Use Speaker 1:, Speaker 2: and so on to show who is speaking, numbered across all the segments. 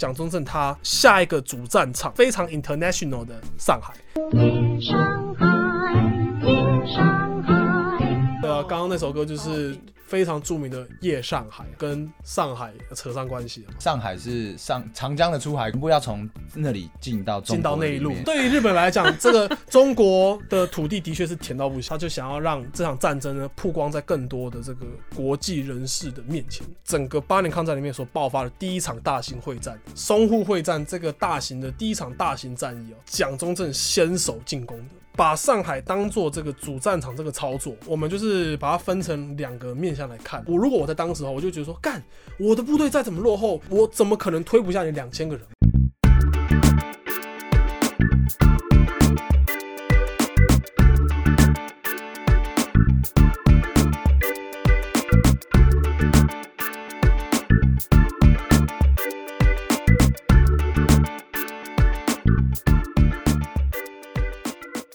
Speaker 1: 蒋中正他下一个主战场非常 international 的上海。
Speaker 2: 夜上海，夜上海，
Speaker 1: 对啊，刚刚那首歌就是非常著名的《夜上海》，跟上海扯上关系了啊嘛，
Speaker 3: 上海是上长江的出海，全部要从那里进到中
Speaker 1: 进到
Speaker 3: 国
Speaker 1: 内
Speaker 3: 里
Speaker 1: 陆。
Speaker 3: 面
Speaker 1: 对于日本来讲，这个中国的土地的确是甜到不行，他就想要让这场战争呢曝光在更多的这个国际人士的面前。整个八年抗战里面所爆发的第一场大型会战——淞沪会战，这个大型的第一场大型战役哦，蒋中正先手进攻的。把上海当做这个主战场这个操作，我们就是把它分成两个面向来看。我如果我在当时候，我就觉得说，干，我的部队再怎么落后，我怎么可能推不下你两千个人？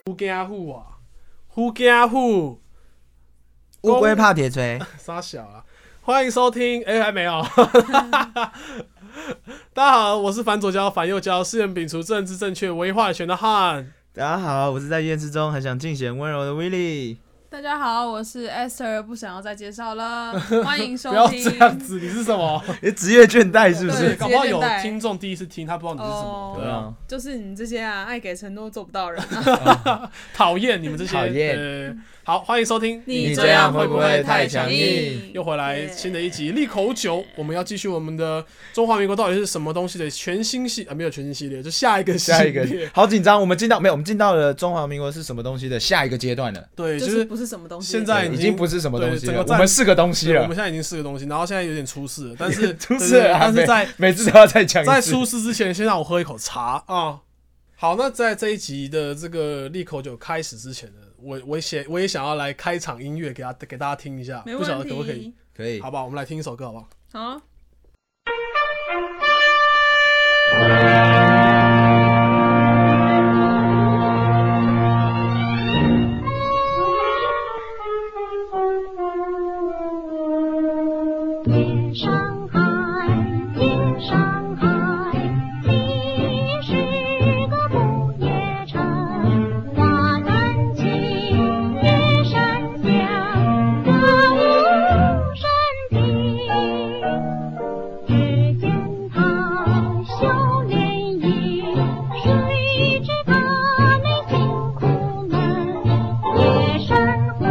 Speaker 1: 呼家户啊，呼家户，
Speaker 4: 乌龟怕铁锤，
Speaker 1: 傻小啊！欢迎收听，哎、还没有。 大家好，我是反左交、反右交，试验摒除政治正确、唯化学的汉。
Speaker 4: 大家好，我是在厌世中很想尽显温柔的 Willy。
Speaker 5: 大家好，我是 Esther，不想要再介 绍了，欢迎收
Speaker 1: 不要
Speaker 5: 听
Speaker 1: 这。样子，你是什么？
Speaker 4: 你职业倦怠是不
Speaker 5: 对
Speaker 4: 是？
Speaker 1: 搞不好
Speaker 5: 直接
Speaker 1: 有
Speaker 5: 连带
Speaker 1: 听众第一次听，他不知道你是什么，
Speaker 5: 哦
Speaker 1: 对啊，
Speaker 5: 就是你这些啊，爱给承诺做不到 的人、啊，
Speaker 1: 讨厌你们这些。
Speaker 3: 讨厌
Speaker 1: 呃好，欢迎收听。
Speaker 4: 你
Speaker 3: 这样会不会太强
Speaker 4: 硬
Speaker 1: 又回来新的一集利口酒，我们要继续我们的中华民国到底是什么东西的全新系啊，没有全新系列，就下一个系列。
Speaker 3: 下 一个好紧张，我们进到没有，我们进到了中华民国是什么东西的下一个阶段了，
Speaker 1: 对，
Speaker 5: 就
Speaker 1: 就是是
Speaker 5: 不是什么东西。
Speaker 1: 现在已
Speaker 3: 已
Speaker 1: 经
Speaker 3: 经不是什么东西
Speaker 1: 对整个，
Speaker 3: 了我
Speaker 1: 战
Speaker 3: 们是个东西
Speaker 1: 对我
Speaker 3: 了
Speaker 1: 们，现在已经是个东西，然后现在有点出事了，但是
Speaker 3: 出事
Speaker 1: 对对对
Speaker 3: 了还
Speaker 1: 但
Speaker 3: 没
Speaker 1: 是在
Speaker 3: 每次都要再讲
Speaker 1: 在
Speaker 3: 一次。
Speaker 1: 出事之前，先让我喝一口茶啊、好，那在这一集的这个利口酒开始之前呢，我我写我也想要来开场音乐给大家给大家听一下，
Speaker 5: 没
Speaker 1: 不晓
Speaker 5: 问
Speaker 1: 得可
Speaker 5: 题。
Speaker 1: 不可以？
Speaker 3: 可以
Speaker 1: 好，吧，我们来听一首歌好不好？
Speaker 5: 好啊，
Speaker 2: 夜上海，夜上海，你是个不夜城。大南京，夜山乡，歌舞升平。只见他笑脸迎，谁知他内心苦闷。夜生活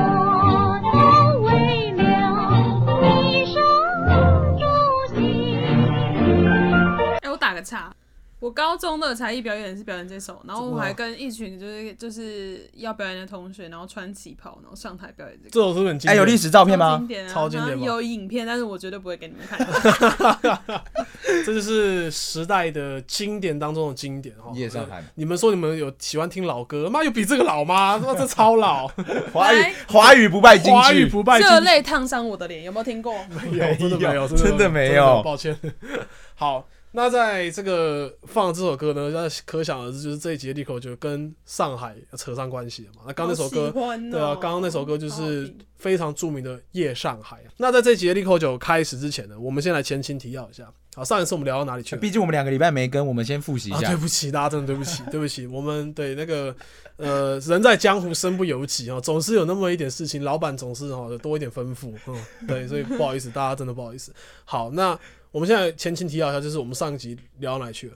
Speaker 2: 多微妙，一生如戏。
Speaker 5: 哎、我打个岔。我高中的才艺表演是表演这首，然后
Speaker 1: 怎么
Speaker 5: 我
Speaker 1: 了
Speaker 5: 还跟一群就是就是要表演的同学，然后穿旗袍，然后上台表演这
Speaker 1: 这
Speaker 5: 个。
Speaker 1: 首是不是很经
Speaker 3: 哎，
Speaker 1: 典
Speaker 3: 有历史照片
Speaker 5: 超
Speaker 3: 吗
Speaker 5: 经？典啊，
Speaker 1: 超经典
Speaker 5: 然后
Speaker 1: 吧
Speaker 5: 有影片，但是我绝对不会给你们看。
Speaker 1: 这就是时代的经典当中的经典哈。
Speaker 3: 夜上海
Speaker 1: 你们说你们有喜欢听老歌，妈有比这个老吗？他妈这超老，
Speaker 3: 华语
Speaker 5: 来
Speaker 3: 华语不败金
Speaker 1: 华语
Speaker 3: 句，
Speaker 1: 不败金
Speaker 5: 热泪烫伤我哎的脸，有没有听过？
Speaker 1: 有，真的没有，
Speaker 3: 真的没有
Speaker 1: 抱歉。好，那在这个放这首歌呢，那可想而知，就是这一集的利口就跟上海扯上关系了嘛。那 刚刚那首歌
Speaker 5: 好喜欢哦
Speaker 1: 对啊，刚刚那首歌就
Speaker 5: 好好
Speaker 1: 是
Speaker 5: 听
Speaker 1: 非常著名的《夜上海》。那在这一集的利口酒开始之前呢，我们先来前情提要一下。好，上一次我们聊到哪里去了？
Speaker 3: 毕竟我们两个礼拜没跟，我们先复习一
Speaker 1: 啊，
Speaker 3: 下
Speaker 1: 对。不起，大家真的对不起， 对不起，我们对那个呃，人在江湖身不由己哦，总是有那么一点事情，老板总是哦有多一点吩咐，嗯，对，所以不好意思，大家真的不好意思。好，那我们现在前情提要一下，就是我们上一集聊到哪里去了？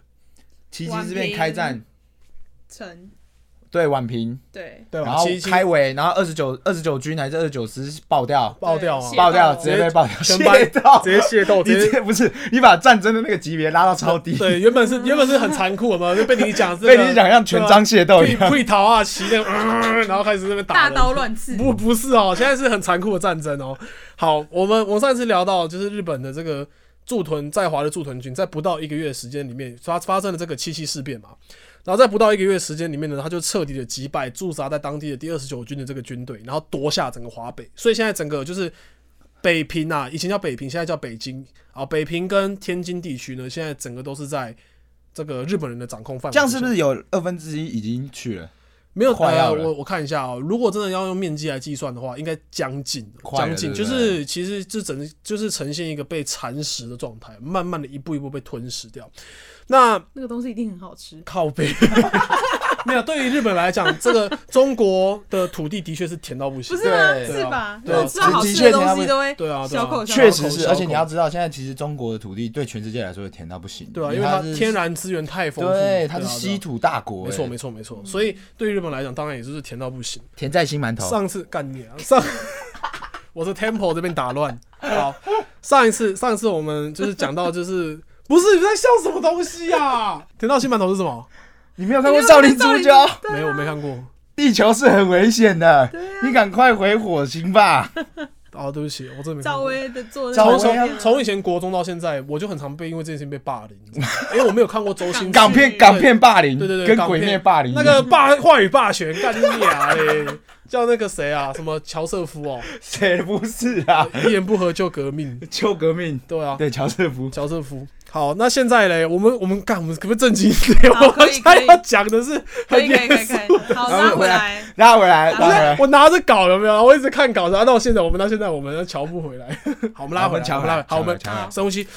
Speaker 3: 齐齐这边开
Speaker 5: 宛
Speaker 3: 战，
Speaker 5: 陈
Speaker 3: 对宛平，
Speaker 5: 对
Speaker 1: 对啊
Speaker 3: 然
Speaker 1: 吧？
Speaker 3: 后
Speaker 1: 七七
Speaker 3: 开围，然后二十九二十九军还是二十九师爆掉，
Speaker 1: 爆掉啊
Speaker 5: 对，
Speaker 3: 爆
Speaker 5: 械
Speaker 3: 掉，
Speaker 5: 斗
Speaker 3: 直接被爆掉，
Speaker 1: 全 班
Speaker 3: 械斗
Speaker 1: 直接械斗，
Speaker 3: 你
Speaker 1: 直
Speaker 3: 直
Speaker 1: 接。
Speaker 3: 接不啊是你把战争的那个级别拉到超低，
Speaker 1: 对，原本是原本是很残酷嘛，就被你讲，
Speaker 3: 被你讲像全章械斗
Speaker 1: 对
Speaker 3: 一
Speaker 1: 吧，
Speaker 3: 样。
Speaker 1: 会会逃啊，骑那个，呃然后开始在那边打
Speaker 5: 大
Speaker 1: 人
Speaker 5: 刀乱刺，
Speaker 1: 不，不是哦，现在是很残酷的战争哦。好，我们我上次聊到，就是日本的这个驻屯在华的驻屯军，在不到一个月的时间里面发发生了这个七七事变嘛，然后在不到一个月的时间里面呢，他就彻底的击败驻扎在当地的第二十九军的这个军队，然后夺下整个华北，所以现在整个就是。北平啊，以前叫北平，现在叫北京啊。北平跟天津地区呢，现在整个都是在这个日本人的掌控范围之
Speaker 3: 这
Speaker 1: 下。
Speaker 3: 样是不是有二分之一已经去了？
Speaker 1: 没有，
Speaker 3: 快
Speaker 1: 呃，
Speaker 3: 要了
Speaker 1: 我我看一下哦、如果真的要用面积来计算的话，应该将近
Speaker 3: 快了
Speaker 1: 将近，
Speaker 3: 对
Speaker 1: 就
Speaker 3: 不对
Speaker 1: 是其实这整就是呈现一个被蚕食的状态，慢慢的一步一步被吞噬掉。那
Speaker 5: 那个东西一定很好吃。
Speaker 1: 靠 背。没有，对于日本来讲，这个中国的土地的确是甜到不行。
Speaker 5: 不是吗？
Speaker 3: 对
Speaker 5: 是吧？
Speaker 1: 对
Speaker 5: 如
Speaker 1: 啊
Speaker 5: 果吃到好
Speaker 3: 的
Speaker 5: 吃
Speaker 3: 确
Speaker 5: 的东西都会
Speaker 1: 对啊，对
Speaker 5: 小口
Speaker 1: 啊，
Speaker 5: 小口
Speaker 3: 确实是，
Speaker 1: 小口
Speaker 3: 而且你要知道，现在其实中国的土地对全世界来说是甜到不行，
Speaker 1: 对啊，因为
Speaker 3: 为
Speaker 1: 它
Speaker 3: 是
Speaker 1: 天，然资源太丰富，
Speaker 3: 对，它
Speaker 1: 啊
Speaker 3: 是稀，
Speaker 1: 对啊
Speaker 3: 土大国，
Speaker 1: 没错
Speaker 3: 哎
Speaker 1: 没错没错。所以对于日本来讲，当然也就是甜到不行。
Speaker 3: 甜在心馒头，
Speaker 1: 上次干你啊！上 我的 tempo 这边打乱。好，上一次上一次我们就是讲到就是。不是你在笑什么东西呀、啊？甜到新馒头是什么？
Speaker 3: 你没有看过《少林足球》？
Speaker 1: 没有，我没看过。
Speaker 3: 地球是很危险的，你赶快回火星吧。
Speaker 1: 哦，对不起，我真的没看过。
Speaker 5: 赵薇的做的
Speaker 3: 赵薇
Speaker 1: 从
Speaker 5: 那
Speaker 3: 啊
Speaker 5: 个片啊
Speaker 1: 从从以前国中到现在，我就很常被因为这件事情被霸凌，你知道吗因为我没有看过周星驰
Speaker 3: 港片港片霸凌，
Speaker 1: 对对对
Speaker 3: 跟
Speaker 1: 港
Speaker 3: 鬼
Speaker 1: 片
Speaker 3: 灭霸凌一
Speaker 1: 那
Speaker 3: 样
Speaker 1: 个霸话语霸权干你娘嘞！叫那个谁啊，什么乔瑟夫哦，
Speaker 3: 谁不是 啊？
Speaker 1: 一言不合就革命，
Speaker 3: 旧革命，
Speaker 1: 对啊，
Speaker 3: 对乔瑟夫，
Speaker 1: 乔瑟夫。好，那现在嘞，我们我们干，我们可不可以正经一点？
Speaker 5: 好
Speaker 1: 我
Speaker 5: 可
Speaker 1: 们
Speaker 5: 以
Speaker 1: 现在要讲的是
Speaker 5: 可
Speaker 1: 很
Speaker 5: 以可以
Speaker 1: 严
Speaker 5: 可以
Speaker 1: 肃。
Speaker 5: 可以，好
Speaker 3: 然后
Speaker 5: 拉
Speaker 3: 回
Speaker 5: 回
Speaker 3: 来
Speaker 5: 来。
Speaker 3: 拉回来，
Speaker 5: 不
Speaker 1: 不
Speaker 3: 拉
Speaker 1: 是
Speaker 3: 回来。
Speaker 1: 我拿着稿有没有？我一直看稿，然后到现在我们到现在我们都瞧不回来。好，我们拉回来，我们
Speaker 3: 好我
Speaker 1: 拉
Speaker 3: 们瞧
Speaker 1: 回来。好，我们
Speaker 3: 瞧瞧
Speaker 1: 深呼吸。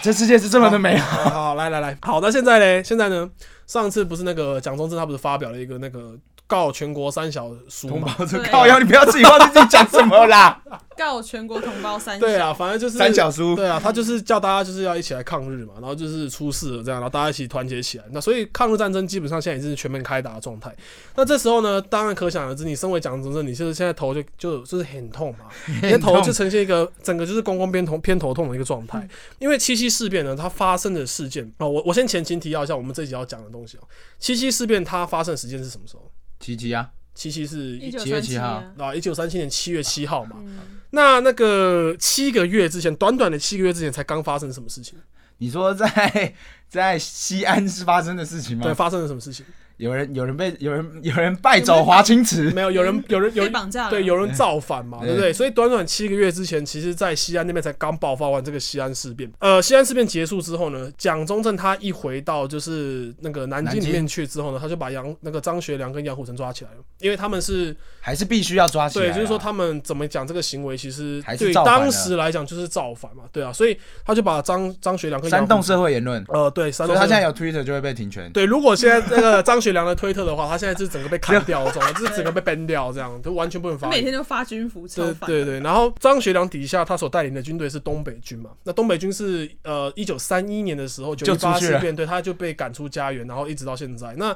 Speaker 3: 这世界是这么的美好。
Speaker 1: 好好，来来来，好，那现在嘞，现在呢，上次不是那个蒋中正他不是发表了一个那个告全国三小书
Speaker 3: 同
Speaker 1: 嘛？
Speaker 3: 胞说
Speaker 5: 对
Speaker 3: 靠腰，你不要自己忘记自己讲什么啦。
Speaker 5: 告全国同胞三
Speaker 1: 对
Speaker 5: 小，
Speaker 1: 啊，反正就是
Speaker 3: 三小叔，
Speaker 1: 对啊，他就是叫大家就是要一起来抗日嘛，然后就是出事了这样，然后大家一起团结起来。那所以抗日战争基本上现在已经是全面开打的状态。那这时候呢，当然可想而知，你身为蒋中正，你就是现在头就就就是很痛 嘛，你的头就呈现一个整个就是公公偏头偏头痛的一个状态。因为七七事变呢，它发生的事件啊、我我先前情提要一下我们这集要讲的东西哦、七七事变它发生的时间是什么时候？
Speaker 3: 七七啊，
Speaker 1: 七七是
Speaker 5: 一
Speaker 1: 一
Speaker 5: 九
Speaker 3: 7月
Speaker 5: 三
Speaker 3: 7
Speaker 5: 七
Speaker 3: 号
Speaker 5: 啊，
Speaker 1: 啊一九三七年七月七号嘛。
Speaker 5: 嗯，
Speaker 1: 那那个七个月之前，短短的七个月之前才刚发生什么事情？
Speaker 3: 你说在在西安是发生的事情
Speaker 1: 对，
Speaker 3: 吗？
Speaker 1: 发生了什么事情？
Speaker 3: 有人有人被有人有人败走华清池，
Speaker 1: 没有，有 人有人有
Speaker 5: 被
Speaker 1: 人
Speaker 5: 绑架了，
Speaker 1: 对有人造反嘛，
Speaker 3: 对
Speaker 1: 对不对？所以短短七个月之前，其实，在西安那边才刚爆发完这个西安事变。呃，西安事变结束之后呢，蒋中正他一回到就是那个南京
Speaker 3: 南京
Speaker 1: 里面去之后呢，他就把杨那个张学良跟杨虎城抓起来了，因为他们是
Speaker 3: 还是必须要抓起来啊
Speaker 1: 对，
Speaker 3: 啦。
Speaker 1: 就是说他们怎么讲这个行为，其实
Speaker 3: 还是
Speaker 1: 对
Speaker 3: 造反
Speaker 1: 当
Speaker 3: 了
Speaker 1: 时来讲就是造反嘛，对啊，所以他就把张张学良跟杨
Speaker 3: 煽
Speaker 1: 虎
Speaker 3: 动
Speaker 1: 城
Speaker 3: 社会言论，
Speaker 1: 呃对煽
Speaker 3: 所
Speaker 1: 动
Speaker 3: 以他
Speaker 1: 社
Speaker 3: 现在
Speaker 1: 会。
Speaker 3: 有 Twitter 就会被停权。
Speaker 1: 对，如果现在 那个张学良的推特的话，他现在就是整个被砍掉的状态，就是整个被 ban 掉，这样就完全不能
Speaker 5: 他
Speaker 1: 发
Speaker 5: 每
Speaker 1: 言。
Speaker 5: 天就发军服超
Speaker 1: 对
Speaker 5: 烦。
Speaker 1: 对对，然后张学良底下他所带领的军队是东北军嘛？那东北军是呃，一九三一年的时候九
Speaker 3: 就
Speaker 1: 一
Speaker 3: 出
Speaker 1: 八
Speaker 3: 去
Speaker 1: 事
Speaker 3: 了
Speaker 1: 变，对，他就被赶出家园，然后一直到现在。那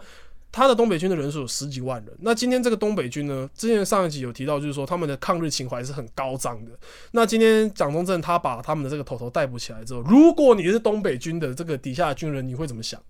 Speaker 1: 他的东北军的人数有十几万人。那今天这个东北军呢，之前上一集有提到，就是说他们的抗日情怀是很高涨的。那今天蒋中正他把他们的这个头头逮捕起来之后，如果你是东北军的这个底下的军人，你会怎么想？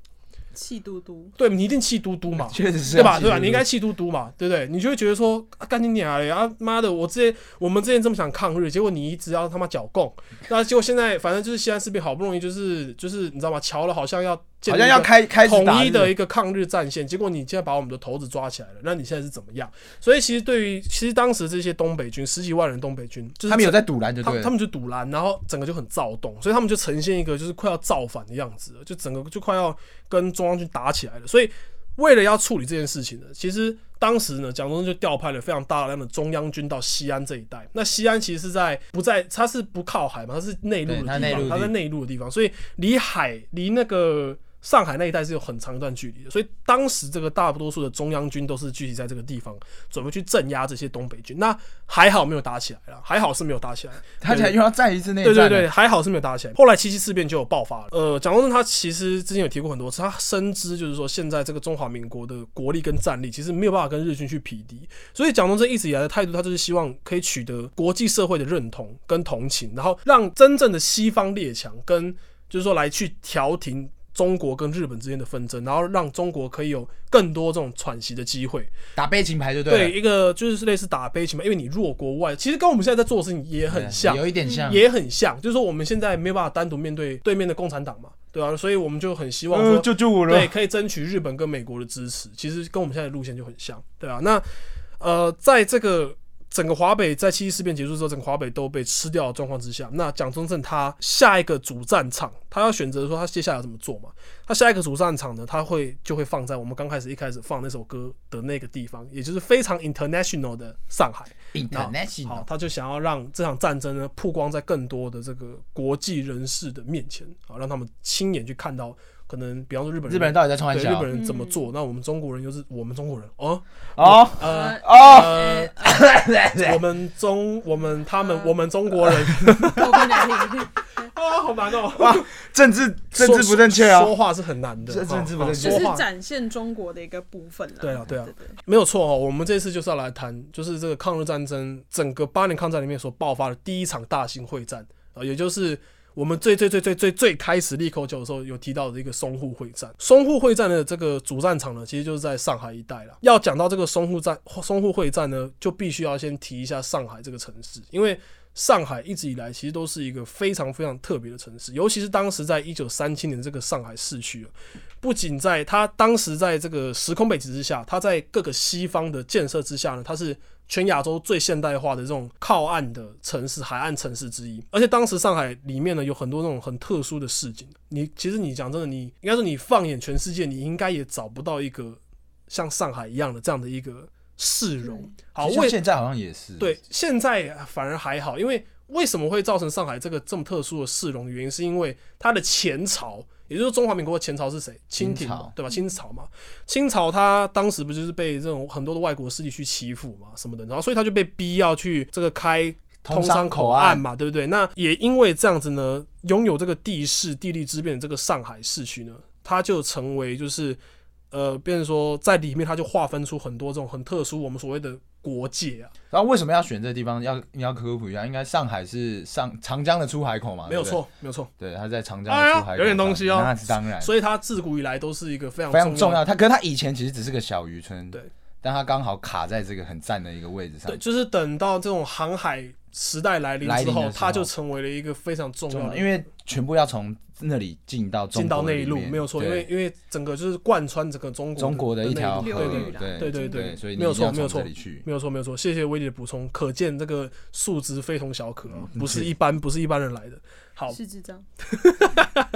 Speaker 5: 气嘟嘟，
Speaker 1: 对你一定气嘟嘟嘛，
Speaker 3: 确实是
Speaker 1: 对吧？
Speaker 3: 其实啊
Speaker 1: 对吧？你应该气嘟嘟嘛，对不对？你就会觉得说，啊干你娘嘞！啊妈的，我之前我们之前这么想抗日，结果你一直要他妈剿共，那结果现在反正就是西安事变好不容易就是就是你知道吗？乔了好像要建
Speaker 3: 好
Speaker 1: 立一
Speaker 3: 像
Speaker 1: 个
Speaker 3: 要开开始打
Speaker 1: 统
Speaker 3: 日
Speaker 1: 一的一个抗日战线，结果你现在把我们的头子抓起来了，那你现在是怎么样？所以其实对于其实当时这些东北军十几万人东北军，就是
Speaker 3: 他们有在堵拦，就
Speaker 1: 他
Speaker 3: 对
Speaker 1: 他
Speaker 3: 了。
Speaker 1: 们就堵拦，然后整个就很躁动，所以他们就呈现一个就是快要造反的样子了，就整个就快要跟中央军打起来了。所以为了要处理这件事情呢，其实当时呢，蒋中正就调派了非常大量的中央军到西安这一带。那西安其实是在不在，它是不靠海嘛，它是内陆的地
Speaker 3: 对它
Speaker 1: 方，
Speaker 3: 内陆
Speaker 1: 它
Speaker 3: 地
Speaker 1: 在内陆的地方，所以离海离那个。上海那一带是有很长一段距离的，所以当时这个大多数的中央军都是聚集在这个地方，准备去镇压这些东北军。那还好没有打起来了，还好是没有打起来。
Speaker 3: 他才又要再一次内
Speaker 1: 对
Speaker 3: 战
Speaker 1: 对
Speaker 3: 了。
Speaker 1: 对，还好是没有打起来。后来七七事变就有爆发了。呃，蒋中正他其实之前有提过很多次，他深知就是说现在这个中华民国的国力跟战力其实没有办法跟日军去匹敌，所以蒋中正一直以来的态度，他就是希望可以取得国际社会的认同跟同情，然后让真正的西方列强跟就是说来去调停。中国跟日本之间的纷争，然后让中国可以有更多这种喘息的机会。
Speaker 3: 打悲情牌就对了。
Speaker 1: 对，一个就是类似打悲情嘛，因为你弱国外，其实跟我们现在在做的事情也很像，
Speaker 3: 有一点像。
Speaker 1: 也很像，就是说我们现在没有办法单独面对对面的共产党嘛，对啊，所以我们嗯呃就很希望说，
Speaker 3: 救呃救我
Speaker 1: 对，可以争取日本跟美国的支持，其实跟我们现在的路线就很像，对啊。那呃，在这个整个华北在七七事变结束之后，整个华北都被吃掉的状况之下，那蒋中正他下一个主战场，他要选择说他接下来要怎么做嘛？他下一个主战场呢，他会就会放在我们刚开始一开始放那首歌的那个地方，也就是非常 international 的上海。好，
Speaker 3: ，international，
Speaker 1: 他就想要让这场战争呢曝光在更多的这个国际人士的面前，啊，让他们亲眼去看到，可能比方说日本人，
Speaker 3: 日本人到底在冲玩
Speaker 1: 对日
Speaker 3: 笑
Speaker 1: 本？人怎么做，那我们中国人又是我们中国人哦，
Speaker 3: 哦
Speaker 1: 呃
Speaker 3: 哦，
Speaker 1: 呃，
Speaker 5: 啊
Speaker 1: 我们中我们他们我们中国人
Speaker 5: 我不 能听。
Speaker 1: 啊，好 难哦，
Speaker 3: 哇，政治政治不正确
Speaker 1: 说说
Speaker 3: 哦，
Speaker 1: 话是很难的，
Speaker 3: 政政治不
Speaker 1: 啊
Speaker 3: 正
Speaker 5: 就
Speaker 3: 确
Speaker 1: 说
Speaker 5: 是
Speaker 1: 话
Speaker 5: 展现中国的一个部分啦。
Speaker 1: 对啊对啊
Speaker 5: 对
Speaker 1: 没有错哦，我们这次就是要来谈，就是这个抗日战争整个八年抗战里面所爆发的第一场大型会战啊、呃也就是我们最最最最最最开始立口酒的时候有提到的一个淞沪会战。淞沪会战的这个主战场呢，其实就是在上海一带了。要讲到这个淞沪战淞沪会战呢，就必须要先提一下上海这个城市，因为。上海一直以来其实都是一个非常非常特别的城市，尤其是当时在一九三七年这个上海市区、啊，不仅在它当时在这个时空背景之下，它在各个西方的建设之下呢，它是全亚洲最现代化的这种靠岸的城市、海岸城市之一。而且当时上海里面呢，有很多那种很特殊的市井。你其实你讲真的，你应该说你放眼全世界，你应该也找不到一个像上海一样的这样的一个市容
Speaker 5: 嗯。
Speaker 1: 好，
Speaker 3: 其实像
Speaker 1: 哦为
Speaker 3: 现在好像也是
Speaker 1: 对，现在反而还好，因为为什么会造成上海这个这么特殊的市容？原因是因为它的前朝，也就是中华民国的前朝是谁？清廷嘛
Speaker 3: 清朝
Speaker 1: 对吧？清朝嘛，清朝他当时不就是被这种很多的外国势力去欺负嘛，什么的，然后所以他就被逼要去这个开
Speaker 3: 通
Speaker 1: 商
Speaker 3: 商
Speaker 1: 口
Speaker 3: 口
Speaker 1: 岸
Speaker 3: 岸
Speaker 1: 嘛，对不对？那也因为这样子呢，拥有这个地势地利之便的这个上海市区呢，它就成为就是呃，变成说在里面它就划分出很多这种很特殊我们所谓的国界啊。
Speaker 3: 然后为什么要选这个地方？要你要科普一下，应该上海是上长江的出海口嘛？
Speaker 1: 没有
Speaker 3: 啊对不
Speaker 1: 错，没有错。
Speaker 3: 对，对，它在长江的出海口
Speaker 1: 哎呀
Speaker 3: 上，
Speaker 1: 有点东西哦
Speaker 3: 那是当然，
Speaker 1: 所以它自古以来都是一个非常
Speaker 3: 非常重
Speaker 1: 重要
Speaker 3: 要。它可是它以前其实只是个小渔村，
Speaker 1: 对，
Speaker 3: 但它刚好卡在这个很赞的一个位置上
Speaker 1: 对，，就是等到这种航海时代来临之
Speaker 3: 来临的
Speaker 1: 后，
Speaker 3: 时候
Speaker 1: 它就成为了一个非常重
Speaker 3: 重
Speaker 1: 要
Speaker 3: 要，
Speaker 1: 的，
Speaker 3: 因为全部要从那里进到中
Speaker 1: 进到
Speaker 3: 国的
Speaker 1: 内陆
Speaker 3: 里面
Speaker 1: 没有错，
Speaker 3: 对
Speaker 1: 因为因为整个就是贯穿整个中国
Speaker 3: 中国的
Speaker 1: 的
Speaker 3: 一
Speaker 1: 内
Speaker 3: 条
Speaker 1: 陆
Speaker 3: 河，
Speaker 5: 流
Speaker 1: 对
Speaker 5: 域
Speaker 1: 对
Speaker 5: 啦
Speaker 3: 对
Speaker 1: 对对对
Speaker 3: 所以你
Speaker 1: 没有
Speaker 3: 一定要
Speaker 1: 错没有
Speaker 3: 从
Speaker 1: 错
Speaker 3: 这里去。
Speaker 1: 没有错没有错，谢谢威力的补充，可见这个数值非同小可啊，
Speaker 3: 嗯
Speaker 1: 不是一般不是一般人来的。好
Speaker 5: 对，是智障。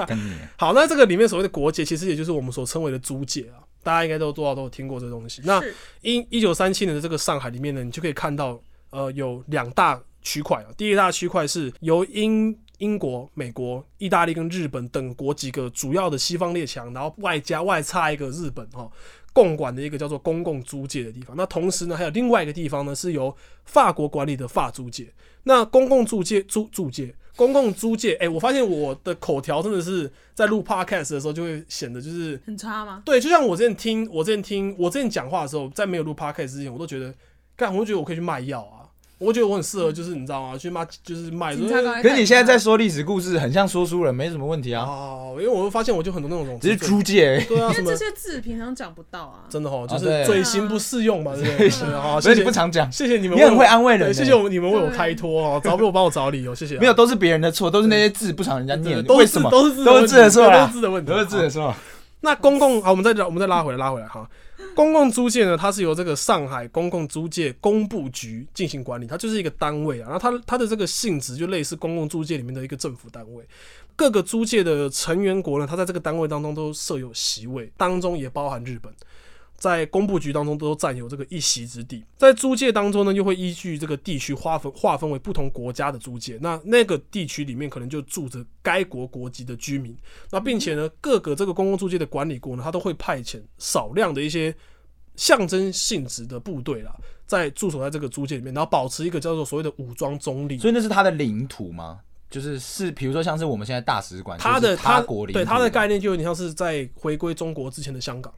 Speaker 3: 跟你
Speaker 1: 好，那这个里面所谓的国界，其实也就是我们所称为的租界啊，大家应该都多少都有听过这东西。那
Speaker 5: 是
Speaker 1: 一一九三七年的这个上海里面呢，你就可以看到，呃，有两大区块啊。第一大区块是由英英国、美国、意大利跟日本等国几个主要的西方列强，然后外加外插一个日本哈、哦，共管的一个叫做公共租界的地方。那同时呢，还有另外一个地方呢，是由法国管理的法租界。那公共租界租租界。公共租界，哎、我发现我的口条真的是在录 podcast 的时候就会显得就是
Speaker 5: 很差吗？
Speaker 1: 对，就像我之前听，我之前听，我之前讲话的时候，在没有录 podcast 之前，我都觉得，干，我都觉得我可以去卖药啊，我觉得我很适合，就是你知道吗？去卖，就是卖。哎
Speaker 5: 警察刚才
Speaker 3: 可是你现在在说历史故事，很像说书人，没什么问题啊，
Speaker 1: 哦，因为我会发现我就很多那种，
Speaker 3: 只是租界而已。
Speaker 1: 对啊，什
Speaker 5: 因为
Speaker 1: 么
Speaker 5: 这些字平常讲不到啊。
Speaker 1: 真的哦，就
Speaker 3: 啊
Speaker 1: 是
Speaker 3: 对
Speaker 1: 嘴型不适用嘛，对不对？
Speaker 3: 嘴
Speaker 1: 是
Speaker 5: 型
Speaker 1: 啊，
Speaker 3: 所
Speaker 1: 谢
Speaker 3: 以你
Speaker 1: 谢
Speaker 3: 不，常讲，
Speaker 1: 谢谢你们
Speaker 3: 你
Speaker 1: 为我，
Speaker 3: 很会安慰人
Speaker 1: 对，
Speaker 3: 呢。
Speaker 1: 谢谢我你们为我
Speaker 5: 对
Speaker 1: 开脱哦，找为我帮我找理由，谢谢啊。
Speaker 3: 没有都是别人的错，都是那些字不常人家
Speaker 1: 对，
Speaker 3: 念，
Speaker 1: 都
Speaker 3: 为
Speaker 1: 是
Speaker 3: 什么？
Speaker 1: 都是
Speaker 3: 都是
Speaker 1: 字
Speaker 3: 字的错
Speaker 1: 问题
Speaker 3: 啦
Speaker 1: 都是字的问题，
Speaker 3: 都是字的错。
Speaker 1: 那公共好，我们再聊我们再拉回来，拉回来哈。公共租界呢，它是由这个上海公共租界工部局进行管理，它就是一个单位啊。然后它它的这个性质就类似公共租界里面的一个政府单位。各个租界的成员国呢，它在这个单位当中都设有席位，当中也包含日本。在工部局当中都占有这个一席之地，在租界当中呢，又会依据这个地区划分划分为不同国家的租界。那那个地区里面可能就住着该国国籍的居民，那并且呢，各个这个公共租界的管理国呢，它都会派遣少量的一些象征性质的部队啦，在驻守在这个租界里面，然后保持一个叫做所谓的武装中立。
Speaker 3: 所以那是他的领土吗？就是是，比如说像是我们现在大使馆，
Speaker 1: 它
Speaker 3: 就
Speaker 1: 的
Speaker 3: 是他
Speaker 1: 它
Speaker 3: 国领土，
Speaker 1: 对它的概念就有点像是在回归中国之前的香港，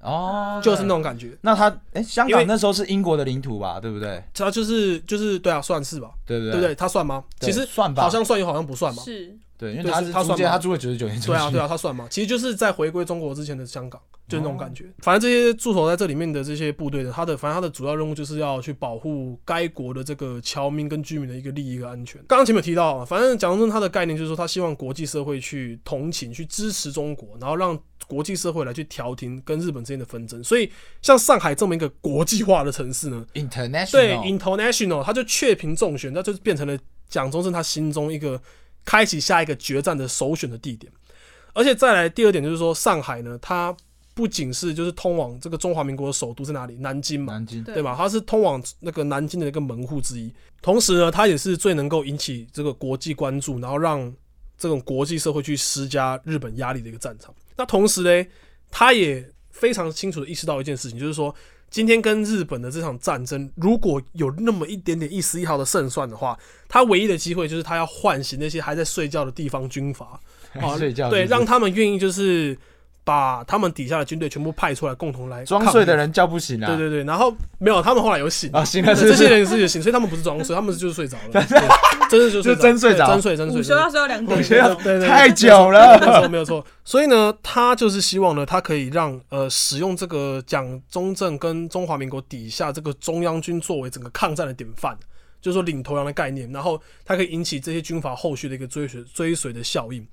Speaker 3: 哦，
Speaker 1: 就是那。种感觉。
Speaker 3: 那他哎，香
Speaker 1: 因为
Speaker 3: 港那时候是英国的领土吧？对不对？
Speaker 1: 它就是就是对啊，算是吧，
Speaker 3: 对不
Speaker 1: 对
Speaker 3: 对？
Speaker 1: 不对？它算吗？
Speaker 3: 对
Speaker 1: 其实
Speaker 3: 算吧
Speaker 1: 好像算又好像不算嘛。
Speaker 5: 是
Speaker 3: 对，因为
Speaker 1: 对
Speaker 3: 他
Speaker 1: 是
Speaker 3: 是
Speaker 1: 他
Speaker 3: 租
Speaker 1: 算
Speaker 3: 界，
Speaker 1: 吗
Speaker 3: 他租了九十九年，
Speaker 1: 对啊，对啊，，他算吗？其实就是在回归中国之前的香港，就是那种感觉。反正这些驻守在这里面的这些部队的，他的反正他的主要任务就是要去保护该国的这个侨民跟居民的一个利益跟安全。刚刚前面有提到啊，反正蒋中正他的概念就是说，他希望国际社会去同情、去支持中国，然后让国际社会来去调停跟日本之间的纷争。所以，像上海这么一个国际化的城市呢，对
Speaker 3: international，
Speaker 1: international，他就确评中选，那就是变成了蒋中正他心中一个开启下一个决战的首选的地点。而且再来第二点就是说，上海呢，它不仅是就是通往这个中华民国的首都在哪里，南京嘛，
Speaker 3: 南京
Speaker 5: 对
Speaker 1: 对吧？它是通往那个南京的一个门户之一。同时呢，它也是最能够引起这个国际关注，然后让这种国际社会去施加日本压力的一个战场。那同时呢，他也非常清楚的意识到一件事情，就是说，今天跟日本的这场战争，如果有那么一点点一丝一毫的胜算的话，他唯一的机会就是他要唤醒那些还在睡觉的地方军 阀，啊
Speaker 3: 睡觉
Speaker 1: 对，
Speaker 3: 是不是
Speaker 1: 让他们愿意就是把他们底下的军队全部派出来，共同来
Speaker 3: 装
Speaker 1: 抗
Speaker 3: 睡
Speaker 1: 日
Speaker 3: 的人叫不醒啊，
Speaker 1: 对对对，然后没有，他们后来有醒
Speaker 3: 啊，醒了是
Speaker 1: 这
Speaker 3: 不
Speaker 1: 些
Speaker 3: 是？
Speaker 1: 人是有醒，所以他们不是装睡，他们就是睡着了，对真的就是
Speaker 3: 就真睡着
Speaker 1: 对真睡真睡真
Speaker 5: 午休
Speaker 1: 睡
Speaker 5: 要。睡到两
Speaker 3: 我
Speaker 5: 点，
Speaker 3: 觉得
Speaker 1: 对对对
Speaker 3: 太久了
Speaker 1: 没有错没有错。所以呢，他就是希望呢，他可以让呃使用这个蒋中正跟中华民国底下这个中央军作为整个抗战的典范，就是说领头羊的概念，然后它可以引起这些军阀后续的一个追随追随的效应。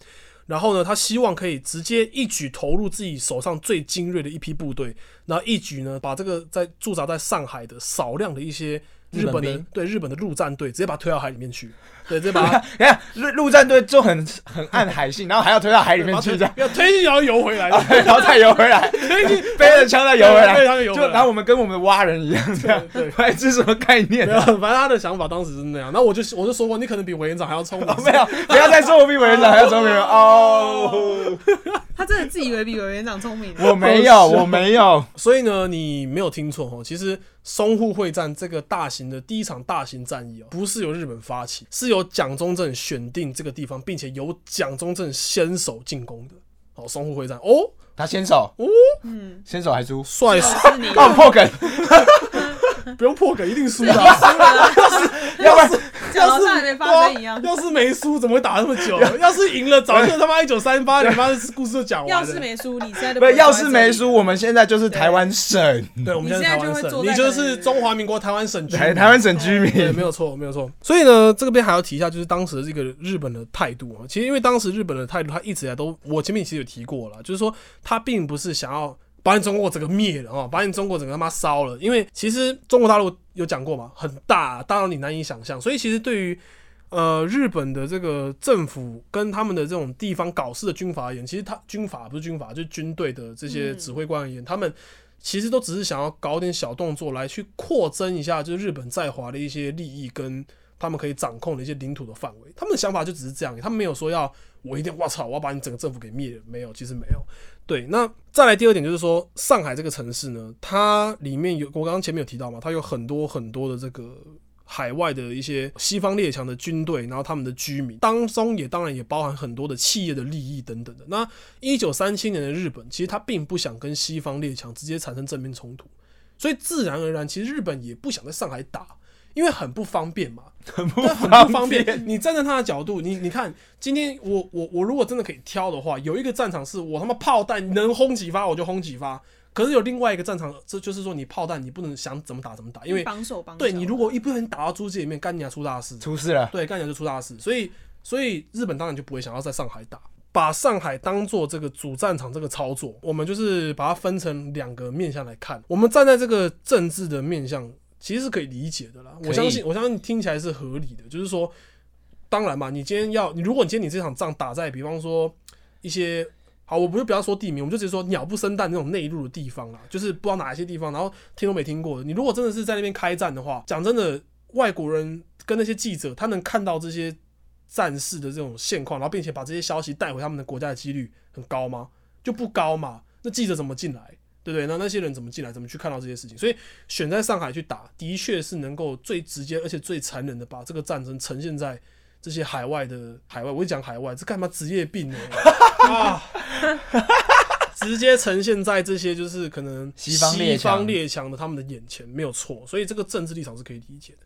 Speaker 1: 然后呢，他希望可以直接一举投入自己手上最精锐的一批部队，然后一举呢把这个在驻扎在上海的少量的一些日本
Speaker 3: 日本
Speaker 1: 的
Speaker 3: 兵
Speaker 1: 对日本的陆战队，直接把他推到海里面去，对，直接把他
Speaker 3: 你看陆陆战队就很很暗海性，然后还要推到海里面去这样，
Speaker 1: 要推进然后游回来，
Speaker 3: 然后再游回来，
Speaker 1: 推进
Speaker 3: 背着枪再游啊回
Speaker 1: 对
Speaker 3: 来，
Speaker 1: 他们游回
Speaker 3: 就
Speaker 1: 来
Speaker 3: 然后我们跟我们的蛙人一样这样，
Speaker 1: 对对
Speaker 3: 还是什么概念
Speaker 1: 没有，
Speaker 3: 啊？
Speaker 1: 反正他的想法当时是那样。那我就我就说过，你可能比委员长还要聪明。
Speaker 3: 没有，不要再说我比委员长还要聪明了哦！
Speaker 5: 他真的自以为比委员长聪明。
Speaker 3: 我没有，我没有，
Speaker 1: 所以呢，你没有听错哦。其实淞沪会战这个大型的第一场大型战役哦，不是由日本发起，是由蒋中正选定这个地方，并且由蒋中正先手进攻的。哦，淞沪会战哦，
Speaker 3: 他先手，
Speaker 5: 嗯，
Speaker 3: 先手还输，
Speaker 1: 帅死，
Speaker 5: 是你
Speaker 3: 哦破梗，
Speaker 1: 不用破梗，一定输的啊。
Speaker 3: 要不然
Speaker 5: 讲好像还没发生一样。
Speaker 1: 要是没输，怎么会打那么久？要是赢了，早就他妈一九三八，你妈的故事就讲完
Speaker 5: 要
Speaker 1: 了。
Speaker 5: 是没输，你现在就
Speaker 3: 不
Speaker 5: 会
Speaker 3: 是要是
Speaker 5: 坐在这
Speaker 3: 没
Speaker 5: 里，
Speaker 3: 输，我们现在就是台湾省，
Speaker 1: 对，我们
Speaker 5: 你
Speaker 1: 现在台
Speaker 5: 现在就
Speaker 1: 湾
Speaker 5: 会
Speaker 1: 省，
Speaker 5: 坐
Speaker 1: 你
Speaker 5: 在
Speaker 1: 就
Speaker 5: 那
Speaker 1: 是
Speaker 5: 里
Speaker 1: 中华民国台湾省居
Speaker 3: 台
Speaker 1: 民
Speaker 3: 台湾省居
Speaker 1: 对，
Speaker 3: 民
Speaker 1: 没有错，没有错。所以呢，这个边还要提一下，就是当时这个日本的态度啊。其实因为当时日本的态度，他一直以来都，我前面其实有提过了，就是说他并不是想要把你中国整个灭了哦，把你中国整个他妈烧了。因为其实中国大陆有讲过嘛，很大，大到你难以想象。所以其实对于呃，日本的这个政府跟他们的这种地方搞事的军阀而言，其实他军阀不是军阀，就是军队的这些
Speaker 5: 嗯
Speaker 1: 指挥官而言，他们其实都只是想要搞点小动作来去扩增一下，就是日本在华的一些利益跟他们可以掌控的一些领土的范围。他们的想法就只是这样，他们没有说要我一定我操，我要把你整个政府给灭了，没有，其实没有。对，那再来第二点就是说，上海这个城市呢，它里面有我刚刚前面有提到嘛，它有很多很多的这个海外的一些西方列强的军队，然后他们的居民当中也当然也包含很多的企业的利益等等的。那一九三七年的日本，其实他并不想跟西方列强直接产生正面冲突，所以自然而然，其实日本也不想在上海打，因为很不方便嘛。
Speaker 3: 很不
Speaker 1: 但很不方便。你站在他的角度，你你看，今天我我我如果真的可以挑的话，有一个战场是我他妈炮弹能轰几发我就轰几发，可是有另外一个战场，这就是说你炮弹你不能想怎么打怎么打，因为
Speaker 5: 绑手绑脚。
Speaker 1: 对你如果一不小心打到猪界里面，干你娘出大事。
Speaker 3: 出事了，
Speaker 1: 对，干起来就出大事。所以，所以日本当然就不会想要在上海打，把上海当做这个主战场这个操作，我们就是把它分成两个面向来看。我们站在这个政治的面向，其实是可以理解的啦。
Speaker 3: 可
Speaker 1: 我
Speaker 3: 以
Speaker 1: 相信，我相信听起来是合理的，就是说，当然嘛，你今天要，你如果你今天你这场仗打在，比方说一些。好，我不就不要说地名，我们就直接说鸟不生蛋那种内陆的地方啦，就是不知道哪一些地方，然后听都没听过的。你如果真的是在那边开战的话，讲真的，外国人跟那些记者，他能看到这些战事的这种现况，然后并且把这些消息带回他们的国家的几率很高吗？就不高嘛。那记者怎么进来？对不对？那那些人怎么进来？怎么去看到这些事情？所以选在上海去打，的确是能够最直接而且最残忍的把这个战争呈现在这些海外的海外，我就讲海外，这干嘛职业 病呢？啊！直接呈现在这些就是可能
Speaker 3: 西方列强
Speaker 1: 西方列强的他们的眼前，没有错。所以这个政治立场是可以理解的。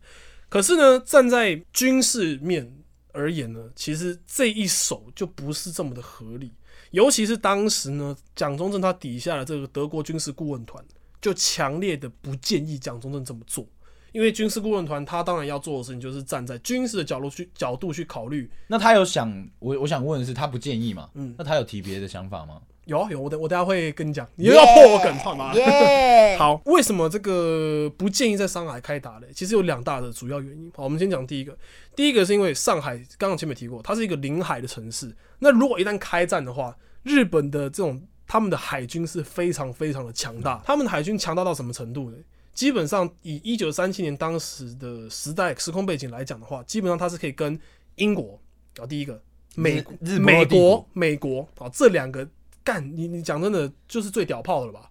Speaker 1: 可是呢，站在军事面而言呢，其实这一手就不是这么的合理。尤其是当时呢，蒋中正他底下的这个德国军事顾问团就强烈的不建议蒋中正这么做，因为军事顾问团他当然要做的事情就是站在军事的角度去角度去考虑，
Speaker 3: 那他有想我我想问的是，他不建议嘛？
Speaker 1: 嗯
Speaker 3: 那他有提别的想法吗？
Speaker 1: 有啊有，我等我等下会跟你讲，你又要破我梗，操你妈！
Speaker 6: 耶！
Speaker 1: 好，为什么这个不建议在上海开打嘞？其实有两大的主要原因。好，我们先讲第一个，第一个是因为上海刚刚前面提过，它是一个临海的城市。那如果一旦开战的话，日本的这种他们的海军是非常非常的强
Speaker 3: 嗯
Speaker 1: 大，他们的海军强大到什么程度呢？基本上以一九三七年当时的时代时空背景来讲的话，基本上它是可以跟英国啊，第一个美
Speaker 3: 日日不落
Speaker 1: 美
Speaker 3: 帝国
Speaker 1: 国美国啊这两个干你你讲真的就是最屌炮的了吧？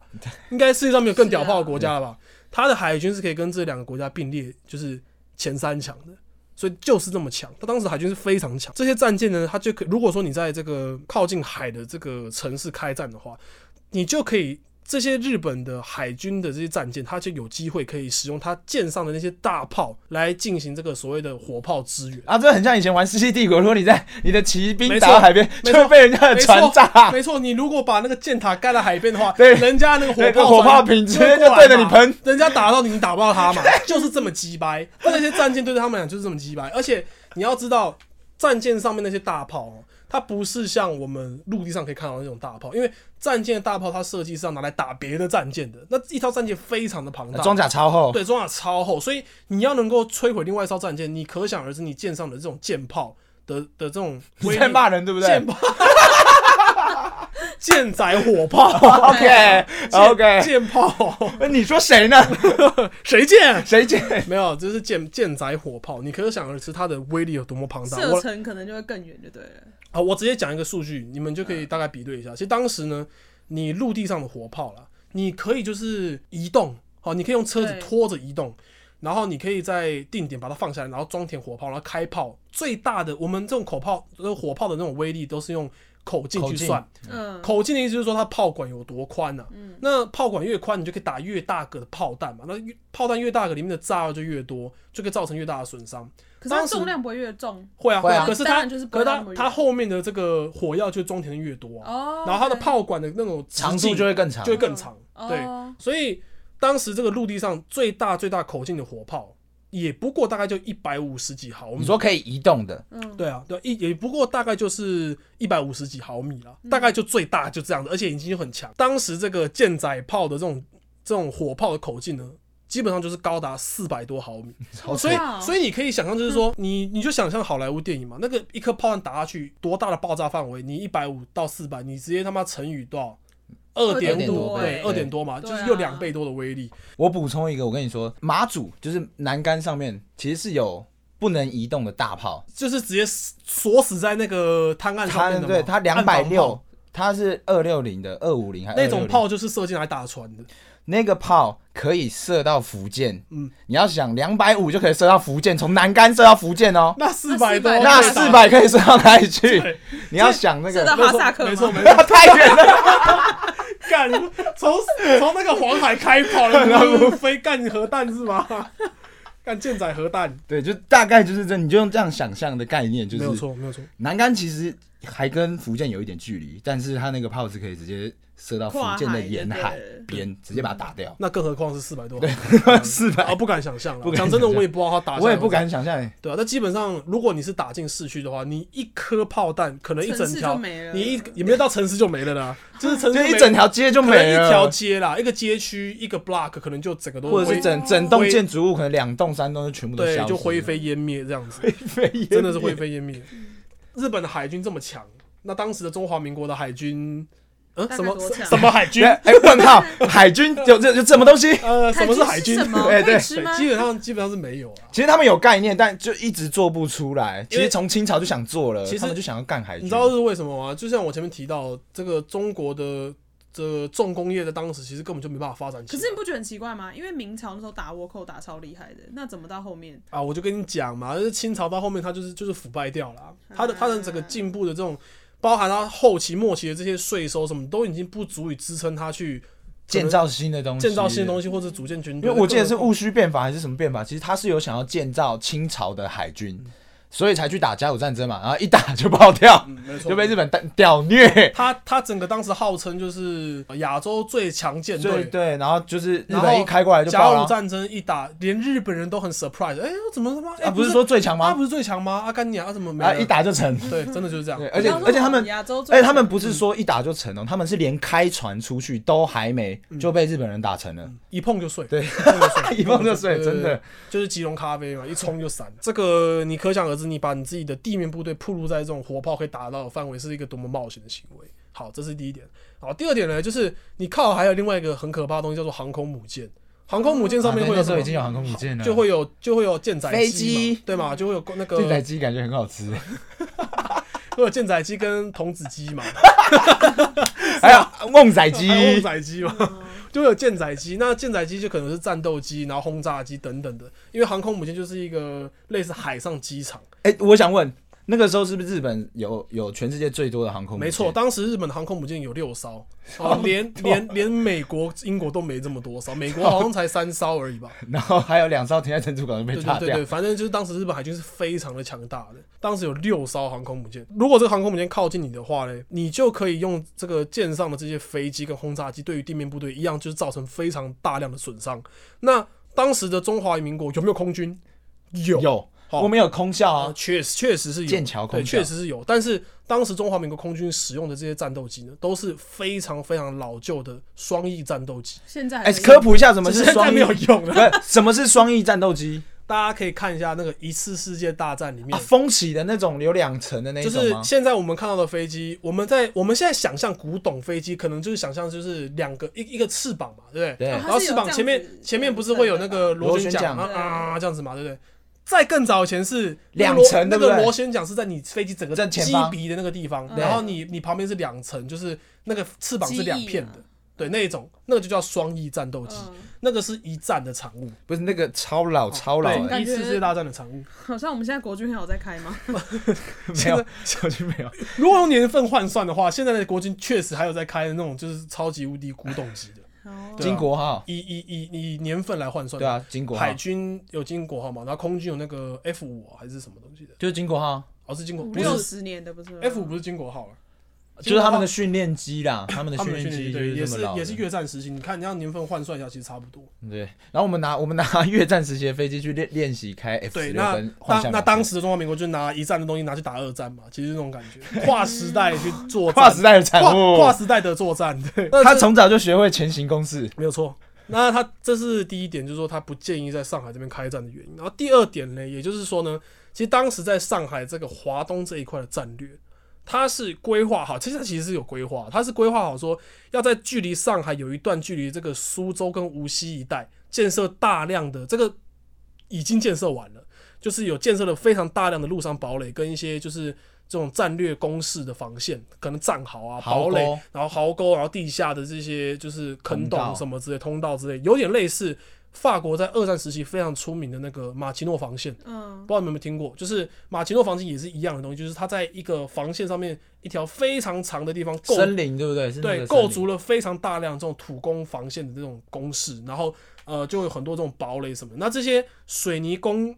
Speaker 1: 应该世界上没有更屌炮的国家了吧？它的海军是可以跟这两个国家并列，就是前三强的，所以就是这么强。它当时海军是非常强，这些战舰呢，它就可如果说你在这个靠近海的这个城市开战的话，你就可以这些日本的海军的这些战舰，它就有机会可以使用它舰上的那些大炮来进行这个所谓的火炮支援。
Speaker 3: 啊，这很像以前玩《世纪帝国》，如果你在你的骑兵
Speaker 1: 没
Speaker 3: 打
Speaker 1: 错
Speaker 3: 到海边，
Speaker 1: 没
Speaker 3: 就
Speaker 1: 错
Speaker 3: 会被人 家的
Speaker 1: 没
Speaker 3: 船
Speaker 1: 错
Speaker 3: 炸，
Speaker 1: 没错，你如果把那个箭塔盖到海边的话，
Speaker 3: 对
Speaker 1: 人家那个火
Speaker 3: 那
Speaker 1: 炮
Speaker 3: 个火炮
Speaker 1: 船
Speaker 3: 瓶直
Speaker 1: 会
Speaker 3: 接
Speaker 1: 过
Speaker 3: 就
Speaker 1: 来
Speaker 3: 对着你
Speaker 1: 嘛
Speaker 3: 喷。
Speaker 1: 人家打到你，你打不到他嘛， 就是这么鸡掰。那些战舰对他们来讲就是这么鸡掰，而且你要知道，战舰上面那些大炮、哦，它不是像我们陆地上可以看到的那种大炮，因为战舰的大炮它设计是要拿来打别的战舰的，那一套战舰非常的庞大，
Speaker 3: 装甲超厚，
Speaker 1: 对，装甲超厚，所以你要能够摧毁另外一艘战舰，你可想而知，你舰上的这种舰炮的的这种威
Speaker 3: 你
Speaker 1: 力
Speaker 3: 在骂人对不对
Speaker 1: 舰炮，舰载火炮
Speaker 3: ？OK
Speaker 1: 舰
Speaker 3: OK，
Speaker 1: 舰炮，
Speaker 3: 你说谁呢？
Speaker 1: 谁舰？
Speaker 3: 谁捡？
Speaker 1: 没有，就是舰舰载火炮，你可想而知它的威力有多么庞大。
Speaker 5: 射
Speaker 1: 我
Speaker 5: 程可能就会更远，就对了。
Speaker 1: 啊，我直接讲一个数据，你们就可以大概比对一下。其实当时呢，你陆地上的火炮啦，你可以就是移动，好，你可以用车子
Speaker 5: 对
Speaker 1: 拖着移动，然后你可以在定点把它放下来，然后装填火炮，然后开炮。最大的我们这种口炮，呃，火炮的那种威力都是用口径
Speaker 3: 口
Speaker 1: 去
Speaker 3: 径
Speaker 1: 算。
Speaker 5: 嗯，
Speaker 1: 口径的意思就是说它炮管有多宽呢、那炮管越宽，你就可以打越大个的炮弹嘛。那越炮弹越大个，里面的炸药就越多，就可以造成越大的损伤。
Speaker 5: 可是
Speaker 1: 当
Speaker 5: 它
Speaker 1: 时
Speaker 5: 重量不会越重
Speaker 1: 会啊，
Speaker 3: 会啊
Speaker 1: 可是
Speaker 5: 当
Speaker 1: 它，
Speaker 5: 然就是不
Speaker 1: 可
Speaker 5: 会
Speaker 1: 是
Speaker 5: 那
Speaker 1: 它
Speaker 5: 么，远
Speaker 1: 它后面的这个火药就装填的越多啊，
Speaker 5: 哦。
Speaker 1: 然后它的
Speaker 5: OK
Speaker 1: 炮管的那种直
Speaker 3: 长
Speaker 1: 径
Speaker 3: 度就会更长
Speaker 1: 就。会更长。
Speaker 5: 哦
Speaker 1: 对，所以当时这个陆地上最大最大口径的火炮，也不过大概就一百五十几毫米。
Speaker 3: 你说可以移动的，
Speaker 5: 嗯，
Speaker 1: 对啊，对啊，一也不过大概就是一百五十几毫米啦，
Speaker 5: 嗯
Speaker 1: 大概就最大就这样子，而且已经很强。当时这个舰载炮的这种这种火炮的口径呢，基本上就是高达四百多毫米，
Speaker 3: 超
Speaker 1: 所以
Speaker 5: 哇哦
Speaker 1: 所以你可以想象，就是说你你就想象好莱坞电影嘛，那个一颗炮弹打下去多大的爆炸范围，你一百五到四百，你直接他妈乘以多少？二点
Speaker 5: 2.5
Speaker 1: 多，对，
Speaker 5: 倍
Speaker 1: 二点多嘛，就
Speaker 5: 对
Speaker 1: 是又
Speaker 5: 啊
Speaker 1: 两倍多的威力。
Speaker 3: 我补充一个，我跟你说，马祖就是栏杆上面其实是有不能移动的大炮，
Speaker 1: 就是直接锁死在那个滩岸上
Speaker 3: 它
Speaker 1: 面的嘛，
Speaker 3: 对它两
Speaker 1: 岸
Speaker 3: 百
Speaker 1: 防
Speaker 3: 六
Speaker 1: 炮，
Speaker 3: 它是二六零的、二五零还
Speaker 1: 那种
Speaker 3: 260
Speaker 1: 炮，就是射箭来打船的，
Speaker 3: 那个炮可以射到福建。
Speaker 1: 嗯
Speaker 3: 嗯，你要想两百五就可以射到福建，从栏杆射到福建哦。
Speaker 1: 那四百多，
Speaker 5: 那
Speaker 3: 那
Speaker 5: 400
Speaker 3: 四百可以射到哪里去？
Speaker 1: 对，
Speaker 3: 你要想那
Speaker 5: 射到
Speaker 3: 个
Speaker 5: 哈萨克吗
Speaker 1: 没错没 错，
Speaker 3: 太远了，
Speaker 1: 干从从那个黄海开跑 了，然后飞干核弹是吗？ 干舰载核弹，
Speaker 3: 对，就大概就是这，你就用这样想象的概念，就
Speaker 1: 没有
Speaker 3: 是
Speaker 1: 错没有错，
Speaker 3: 栏杆其实还跟福建有一点距离，但是它那个炮是可以直接射到福建的沿
Speaker 5: 跨海
Speaker 3: 海
Speaker 5: 对对
Speaker 3: 边，直接把它打掉。
Speaker 1: 那更何况是四百多，
Speaker 3: 四
Speaker 1: 啊
Speaker 3: 百，
Speaker 1: 不敢想象
Speaker 3: 不
Speaker 1: 了。
Speaker 3: 敢
Speaker 1: 讲真的，
Speaker 3: 想象
Speaker 1: 我也不知道他打，
Speaker 3: 我也不。敢想象。
Speaker 1: 对啊，那基本上如果你是打进市区的话，你一颗炮弹可能一整
Speaker 5: 城市就
Speaker 1: 条，
Speaker 5: 没了
Speaker 1: 你一也没有到城市就没了啦，就是城市
Speaker 3: 就
Speaker 1: 没
Speaker 3: 一整条街就
Speaker 1: 可能
Speaker 3: 没
Speaker 1: 一条
Speaker 3: 了，
Speaker 1: 街啦，一个街区一个 block 可能就整个都
Speaker 3: 或者
Speaker 1: 灰
Speaker 3: 是整整栋
Speaker 1: 灰
Speaker 3: 建筑物，可能两栋、三栋就全部都消
Speaker 1: 对
Speaker 3: 失
Speaker 1: 就灰 飞烟灭这样子。
Speaker 3: 灰飞烟灭，
Speaker 1: 真的是灰飞烟灭。日本的海军这么强，那当时的中华民国的海军，嗯，
Speaker 5: 大概
Speaker 1: 什么
Speaker 5: 多强
Speaker 1: 什么海军？
Speaker 3: 哎哎，问号，海军有这有什么东西？
Speaker 1: 呃，什么是海军？
Speaker 5: 什么？
Speaker 3: 哎
Speaker 5: 可
Speaker 3: 对
Speaker 5: 以吃
Speaker 1: 对
Speaker 5: 吗？
Speaker 1: 基本上基本上是没有啊。
Speaker 3: 其实他们有概念，但就一直做不出来。其
Speaker 1: 因为
Speaker 3: 实从清朝就想做了，
Speaker 1: 其实
Speaker 3: 他们就想要干海军。
Speaker 1: 你知道是为什么吗？就像我前面提到，这个中国的这个重工业在当时其实根本就没办法发展起
Speaker 5: 可
Speaker 1: 来。
Speaker 5: 是你不觉得很奇怪吗？因为明朝那时候打倭寇打超厉害的，那怎么到后面？
Speaker 1: 啊，我就跟你讲嘛，就是清朝到后面，它就是就是腐败掉了啊、它的它的整个进步的这种，包含它后期末期的这些税收什么，都已经不足以支撑它去
Speaker 3: 建造新的东西，
Speaker 1: 建造新的东
Speaker 3: 西。
Speaker 1: 西或者组建军
Speaker 3: 因
Speaker 1: 队。
Speaker 3: 为我记得是
Speaker 1: 更何况
Speaker 3: 戊戌变法还是什么变法，其实他是有想要建造清朝的海军，所以才去打甲午战争嘛，然后一打就爆掉，
Speaker 1: 嗯，没错，
Speaker 3: 就被日本打屌虐。
Speaker 1: 他他整个当时号称就是呃亚洲最强舰
Speaker 3: 对
Speaker 1: 队。
Speaker 3: 对，然后就是日
Speaker 1: 然后
Speaker 3: 本一开过来就爆
Speaker 1: 甲午
Speaker 3: 了。
Speaker 1: 战争一打，连日本人都很 surprise，哎、怎么他妈？哎、
Speaker 3: 啊，不是
Speaker 1: 是
Speaker 3: 说最强
Speaker 1: 他
Speaker 3: 吗？
Speaker 1: 不是最强吗？阿甘尼亚怎么没了、
Speaker 3: 啊，一打就成。
Speaker 1: 对，真的就是这样
Speaker 3: 对，。而且
Speaker 5: 然后
Speaker 3: 而且他们
Speaker 5: 亚洲最，
Speaker 3: 哎、他们不是说一打就成哦，他们是连开船出去都还没
Speaker 1: 嗯
Speaker 3: 就被日本人打成了，
Speaker 1: 一碰就碎，
Speaker 3: 对
Speaker 1: 一碰就碎，
Speaker 3: 一碰就碎，
Speaker 1: 对
Speaker 3: 真，
Speaker 1: 对
Speaker 3: 的
Speaker 1: 对。就是吉隆咖啡嘛，一冲就散。这个你可想而知，你把你自己的地面部队暴露在这种火炮可以打到的范围，是一个多么冒险的行为。好，这是第一点。好，第二点呢，就是你靠还有另外一个很可怕的东西，叫做航空母舰。航空母舰上面会
Speaker 3: 啊那
Speaker 1: 有
Speaker 3: 那时
Speaker 1: 什
Speaker 3: 候
Speaker 1: 么？
Speaker 3: 已经有航空母舰了，
Speaker 1: 就会有就会有舰载
Speaker 3: 飞
Speaker 1: 机
Speaker 3: 机
Speaker 1: 嘛，对嘛？就会有那个
Speaker 3: 这台机感觉很好吃，
Speaker 1: 嗯 会有舰载机跟童子机嘛，
Speaker 3: 还有梦哎仔机，
Speaker 1: 还有轰载机嘛，
Speaker 3: 嗯
Speaker 1: 就会有舰载机。那舰载机就可能是战斗机，然后轰炸机等等的。因为航空母舰就是一个类似海上机场，
Speaker 3: 哎、我想问，那个时候是不是日本有有全世界最多的航空母舰？
Speaker 1: 没错。当时日本的航空母舰有六艘，哦，连连连美国、英国都没这么多艘，美国好像才三艘而已吧。
Speaker 3: 然后还有两艘停在珍珠港就被
Speaker 1: 对
Speaker 3: 炸
Speaker 1: 对
Speaker 3: 掉。
Speaker 1: 对对，反正就是当时日本海军是非常的强大的，当时有六艘航空母舰。如果这个航空母舰靠近你的话呢，你就可以用这个舰上的这些飞机跟轰炸机，对于地面部队一样，就是造成非常大量的损伤。那当时的中华民国有没有空军？有，
Speaker 3: 有，
Speaker 1: 好
Speaker 3: 我们有空校
Speaker 1: 啊，
Speaker 3: 啊，
Speaker 1: 确实确实是有
Speaker 3: 剑桥空啊
Speaker 1: 对，
Speaker 3: 校
Speaker 1: 确实是有。但是当时中华民国空军使用的这些战斗机呢，都是非常非常老旧的双翼战斗机，
Speaker 5: 现在
Speaker 3: 哎、
Speaker 5: 还没
Speaker 3: 科普一下什么
Speaker 1: 只
Speaker 3: 是
Speaker 1: 现在
Speaker 3: 双翼
Speaker 1: 没有用
Speaker 3: 不
Speaker 1: 了。
Speaker 3: 是什么是双翼战斗机
Speaker 1: 大家可以看一下那个一次世界大战里面
Speaker 3: 啊？风起的那种有两层的那一
Speaker 1: 就
Speaker 3: 种
Speaker 1: 是
Speaker 3: 吗？
Speaker 1: 现在我们看到的飞机，我们在我们现在想象古董飞机，可能就是想象就是两个一一个翅膀嘛，对不对？
Speaker 3: 对
Speaker 5: 哦它
Speaker 1: 然后
Speaker 5: 是
Speaker 1: 翅
Speaker 5: 有
Speaker 1: 膀
Speaker 5: 这样
Speaker 1: 前面
Speaker 5: 子
Speaker 1: 前面不是会有那个螺旋
Speaker 3: 螺旋
Speaker 1: 桨
Speaker 3: 桨
Speaker 1: 啊
Speaker 5: 对
Speaker 1: 啊这样子嘛，对不对？再更早以前是
Speaker 3: 两
Speaker 1: 那个
Speaker 3: 层
Speaker 1: 螺那
Speaker 3: 对不
Speaker 1: 个
Speaker 3: 对
Speaker 1: 螺旋桨是在你飞机整个
Speaker 3: 正前
Speaker 1: 机
Speaker 3: 方
Speaker 1: 鼻的那个地方，
Speaker 5: 对
Speaker 1: 然后你你旁边是两层，就是那个翅膀是两片
Speaker 5: 机翼
Speaker 1: 的
Speaker 5: 啊，
Speaker 1: 对，那一种那个就叫双翼战斗机，
Speaker 5: 嗯
Speaker 1: 那个是一战的产物，
Speaker 3: 不是那个超老超老、
Speaker 1: 哦对
Speaker 3: 欸，
Speaker 5: 感
Speaker 1: 一
Speaker 5: 觉
Speaker 1: 次世界大战的产物。
Speaker 5: 好像我们现在国军还有在开吗？
Speaker 3: 没有，小军没有。
Speaker 1: 如果用年份换算的话，现在的国军确实还有在开那种就是超级无敌古董级的。
Speaker 5: 哦
Speaker 1: 对啊
Speaker 3: 金国号，
Speaker 1: 以以以以年份来换算，
Speaker 3: 对，啊，金国号
Speaker 1: 海军有金国号嘛，然后空军有那个 F 五还是什么东西的，
Speaker 3: 就是金国号，啊
Speaker 1: 哦是金国，
Speaker 5: 五
Speaker 1: 不
Speaker 5: 六
Speaker 1: 是
Speaker 5: 十年的啊不是吗
Speaker 1: F 五不是金国号了，
Speaker 3: 就是他们的
Speaker 1: 金
Speaker 3: 训练 机啦，他们的
Speaker 1: 国号他
Speaker 3: 训
Speaker 1: 们的
Speaker 3: 练
Speaker 1: 训
Speaker 3: 机
Speaker 1: 练
Speaker 3: 就
Speaker 1: 对也
Speaker 3: 这么
Speaker 1: 是
Speaker 3: 老的
Speaker 1: 也是越战时期，你看你要年份换算一下，其实差不多。
Speaker 3: 对。然后我们拿我们拿 越战时期的飞机去练练习开 F
Speaker 1: 对，
Speaker 3: 十六
Speaker 1: 那
Speaker 3: 跟幻
Speaker 1: 当
Speaker 3: 象
Speaker 1: 那
Speaker 3: 马
Speaker 1: 当
Speaker 3: 戏
Speaker 1: 时的中华民国就拿一战的东西拿去打二战嘛，其实这种感觉，跨时代去作
Speaker 3: 跨
Speaker 1: 战
Speaker 3: 时代的产
Speaker 1: 跨
Speaker 3: 物，
Speaker 1: 跨时代的作战，对， 那
Speaker 3: 他
Speaker 1: 这
Speaker 3: 从早就学会前行公式，
Speaker 1: 没有错。那他这是第一点，就是说他不建议在上海这边开战的原因。然后第二点呢，也就是说呢，其实当时在上海这个华东这一块的战略，它是规划好，其实它其实是有规划，它是规划好说要在距离上海有一段距离这个苏州跟无锡一带建设大量的这个已经建设完了，就是有建设了非常大量的陆上堡垒跟一些就是这种战略攻势的防线，可能战壕啊、堡
Speaker 3: 壕沟
Speaker 1: 垒，然后壕沟，然后地下的这些就是坑
Speaker 3: 通
Speaker 1: 洞
Speaker 3: 道
Speaker 1: 什么之类、通道之类，有点类似法国在二战时期非常出名的那个马奇诺防线。
Speaker 5: 嗯
Speaker 1: 不知道你们有没有听过，就是马奇诺防线也是一样的东西，就是它在一个防线上面一条非常长的地方构
Speaker 3: 森林对不对？是那个
Speaker 1: 对，
Speaker 3: 森
Speaker 1: 构
Speaker 3: 林
Speaker 1: 筑了非常大量这种土工防线的这种工事，然后呃，就有很多这种堡垒什么。那这些水泥工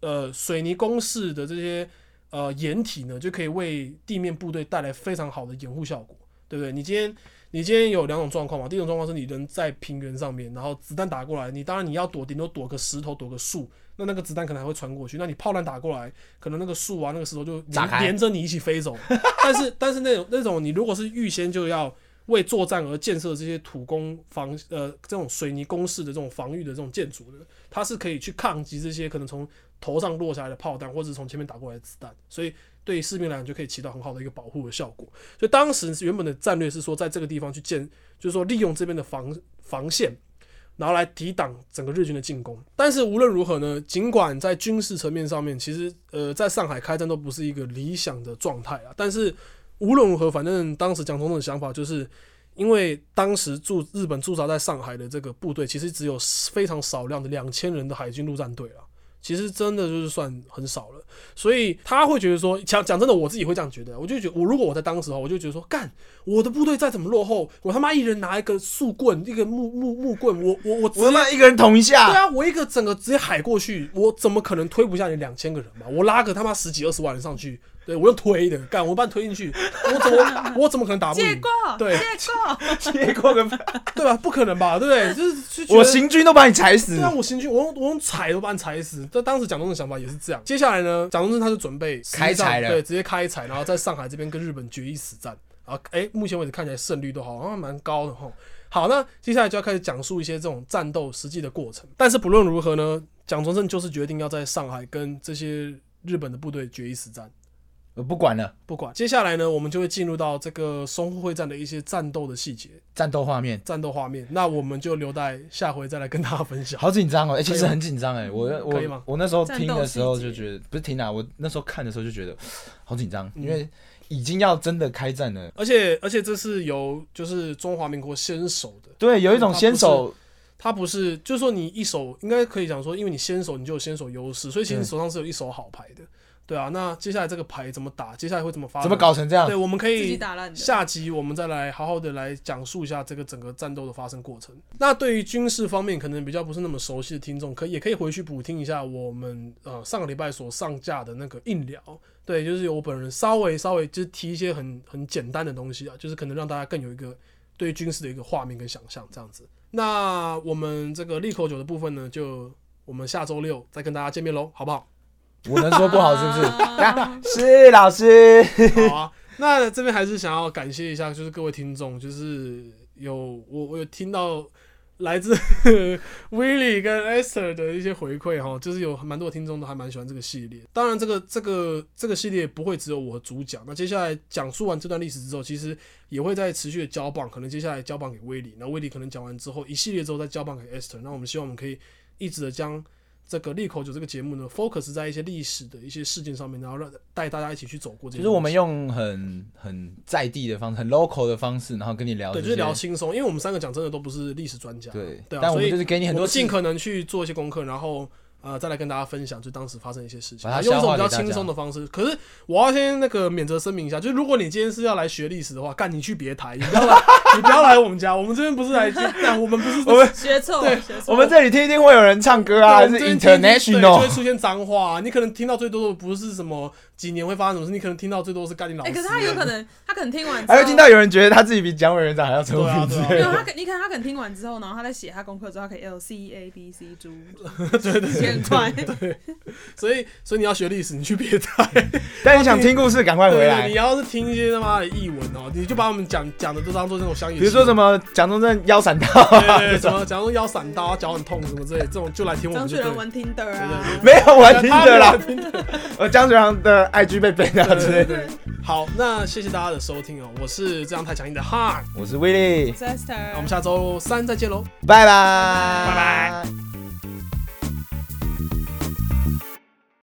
Speaker 1: 呃水泥工事的这些呃掩体呢，就可以为地面部队带来非常好的掩护效果，对不对？你今天你今天有两种状况嘛，第一种状况是你人在平原上面，然后子弹打过来，你当然你要躲，顶多躲个石头，躲个树。那那个子弹可能还会穿过去，那你炮弹打过来，可能那个树啊，那个石头就
Speaker 3: 炸
Speaker 1: 连
Speaker 3: 开
Speaker 1: 连着你一起飞走。 但是但是那种那种你如果是预先就要为作战而建设的这些土工防呃这种水泥工事的这种防御的这种建筑的，它是可以去抗击这些可能从头上落下来的炮弹，或者是从前面打过来的子弹，所以对士兵来讲就可以起到很好的一个保护的效果。所以当时原本的战略是说，在这个地方去建，就是说利用这边的防防线，然后来抵挡整个日军的进攻。但是无论如何呢，尽管在军事层面上面，其实呃，在上海开战都不是一个理想的状态啊。但是无论如何，反正当时蒋总统的想法就是。因为当时驻日本驻扎在上海的这个部队，其实只有非常少量的两千人的海军陆战队啊，其实真的就是算很少了。所以他会觉得说，讲讲真的，我自己会这样觉得，我就觉得我如果我在当时候，我就觉得说，干我的部队再怎么落后，我他妈一人拿一个树棍，一个木木木棍，我我我直
Speaker 4: 我他
Speaker 1: 接。
Speaker 4: 妈一个人捅一
Speaker 1: 对
Speaker 4: 下，
Speaker 1: 啊，我一个整个直接海过去，我怎么可能推不下你两千个人嘛？我拉个他妈十几二十万人上去，对我用推的，干我把你推进去，我怎么我怎么可能打不
Speaker 5: 借
Speaker 1: 赢？
Speaker 5: 过，
Speaker 1: 对
Speaker 5: 借过，
Speaker 4: 结果个
Speaker 1: 对吧？不可能 吧？对不对？就是就觉得
Speaker 4: 我行军都把你踩死
Speaker 1: 对。啊，
Speaker 3: 嗯
Speaker 1: 我行军，我用我用踩都把你踩死。但当时蒋中正的想法也是这样。接下来呢，蒋中正他就准备实际上
Speaker 3: 开采了
Speaker 1: 对，直接开采，然后在上海这边跟日本决一死战。啊，哎，目前为止看起来胜率都好像蛮高的吼。好，那接下来就要开始讲述一些这种战斗实际的过程。但是不论如何呢，蒋中正就是决定要在上海跟这些日本的部队决一死战。
Speaker 3: 我呃不管了，
Speaker 1: 不管接下来呢，我们就会进入到这个淞沪会战的一些战斗的细节、
Speaker 3: 战斗画面
Speaker 1: 战斗画面。那我们就留待下回再来跟大家分享。
Speaker 3: 好紧张哦，哎、
Speaker 1: 以吗嗯
Speaker 3: 其实很紧张哎，我
Speaker 1: 可以吗
Speaker 3: 我我那时候听的时候
Speaker 5: 战斗细
Speaker 3: 就
Speaker 5: 节
Speaker 3: 觉得不是听啊，我那时候看的时候就觉得 好紧张，
Speaker 1: 嗯
Speaker 3: 因为已经要真的开战了。
Speaker 1: 而且而且这是由就是中华民国先手的，
Speaker 3: 对，有一种
Speaker 1: 嗯它不
Speaker 3: 先手，
Speaker 1: 他不是就是说你一手应该可以讲说，因为你先手你就有先手优势，所以其实手上是有一手好牌的，对啊。那接下来这个牌怎么打，接下来会怎么发展，
Speaker 3: 怎么搞成这样
Speaker 1: 啊对，？我们可
Speaker 5: 自己
Speaker 1: 以
Speaker 5: 打烂的。
Speaker 1: 下集我们再来好好的来讲述一下这个整个战斗的发生过程。那对于军事方面可能比较不是那么熟悉的听众，可也可以回去补听一下我们呃上个礼拜所上架的那个硬聊。对，就是由我本人稍微稍微就是提一些很 很简单的东西啊，就是可能让大家更有一个对于军事的一个画面跟想象这样子。那我们这个利口酒的部分呢，就我们下周六再跟大家见面喽，好不好？
Speaker 3: 我能说不好是不是？
Speaker 5: 啊
Speaker 4: 是老师，
Speaker 1: 好啊，那这边还是想要感谢一下，就是各位听众，就是有我我有听到来自 Willy 跟 Esther 的一些回馈哈，就是有蛮多听众都还蛮喜欢这个系列。当然，这个这个这个系列不会只有我主讲，那接下来讲述完这段历史之后，其实也会在持续的交棒，可能接下来交棒给威利，那威利可能讲完之后，一系列之后再交棒给 Esther，那我们希望我们可以一直的将这个利口酒这个节目呢，focus 在一些历史的一些事件上面，然后让带大家一起去走过这些东西。
Speaker 3: 就是我们用很很在地的方式，很 local 的方式，然后跟你聊这
Speaker 1: 对，
Speaker 3: 些，
Speaker 1: 就是聊轻松，因为我们三个讲真的都不是历史专家，
Speaker 3: 对
Speaker 1: 对啊，
Speaker 3: 但我
Speaker 1: 所
Speaker 3: 们
Speaker 1: 以
Speaker 3: 就是给你很
Speaker 1: 我
Speaker 3: 多
Speaker 1: 们尽
Speaker 3: 信
Speaker 1: 可能去做一些功课，然后呃再来跟大家分享，就当时发生一些事情，啊
Speaker 3: 把它
Speaker 1: 用一
Speaker 3: 消
Speaker 1: 种
Speaker 3: 化
Speaker 1: 比较
Speaker 3: 给大家
Speaker 1: 轻松的方式。可是我要先那个免责声明一下，就是如果你今天是要来学历史的话，干你去别台，你不要来， 你不要来我们家，我们这边不是来，那我们 不是
Speaker 4: 我们
Speaker 5: 学错，学错。
Speaker 4: 我们这里听一定会有人唱歌啊，
Speaker 1: 对我
Speaker 4: 是
Speaker 1: 们这边听对就会
Speaker 4: international。
Speaker 1: 出现脏话、啊，你可能听到最多的不是什么几年会发生什么事，你可能听到最多是干你老
Speaker 5: 哎，
Speaker 1: 师，啊
Speaker 5: 可是他有可能，他可能听完之
Speaker 4: 还
Speaker 5: 后，
Speaker 4: 会听到有人觉得他自己比蒋委员长还要聪
Speaker 1: 对啊
Speaker 4: 明
Speaker 1: 对
Speaker 4: 之
Speaker 1: 啊
Speaker 4: 类
Speaker 5: 没
Speaker 4: 的。
Speaker 5: 有他可，你看他可能听完之后，然后他在写他功课之后，他可以 L C A B C 猪，对对，写很快。
Speaker 1: 所以所以你要学历史，你去别台。
Speaker 4: 但
Speaker 1: 啊
Speaker 4: 你想听故事，赶快回
Speaker 1: 对，
Speaker 4: 来
Speaker 1: 你。要是听一些他妈的译文哦，你就把我们讲讲的都当做那种乡野，
Speaker 4: 比如说什
Speaker 1: 么，
Speaker 4: 么蒋中正腰闪到
Speaker 1: 对
Speaker 4: 啊，
Speaker 1: 对对，什么，讲说腰闪到啊、脚很痛什么之类，这种就来听我
Speaker 5: 张
Speaker 1: 们就
Speaker 5: 学
Speaker 1: 对
Speaker 5: 良
Speaker 1: 了。
Speaker 5: 玩 Tinder 啊，
Speaker 4: 没有我听
Speaker 1: 他
Speaker 4: 的啦
Speaker 1: 没有，听的
Speaker 4: 我江水航的 IG 被 ban 掉之
Speaker 1: 对
Speaker 4: 类
Speaker 1: 对
Speaker 4: 的。
Speaker 1: 对。好，那谢谢大家的收听哦，我是这样太强硬的哈，
Speaker 4: 我是威力，
Speaker 5: Sister，
Speaker 1: 那我们下周三再见喽。
Speaker 4: 拜拜，
Speaker 1: 拜
Speaker 4: 拜。